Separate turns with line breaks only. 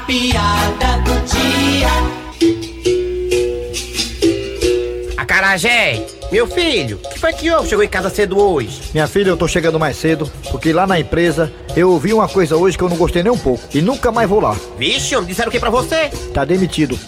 piada do dia.
Acarajé, meu filho, que foi que houve? Chegou em casa cedo hoje.
Minha filha, eu tô chegando mais cedo, porque lá na empresa eu ouvi uma coisa hoje que eu não gostei nem um pouco. E nunca mais vou lá.
Vixe, homem, disseram o que pra você?
Tá demitido.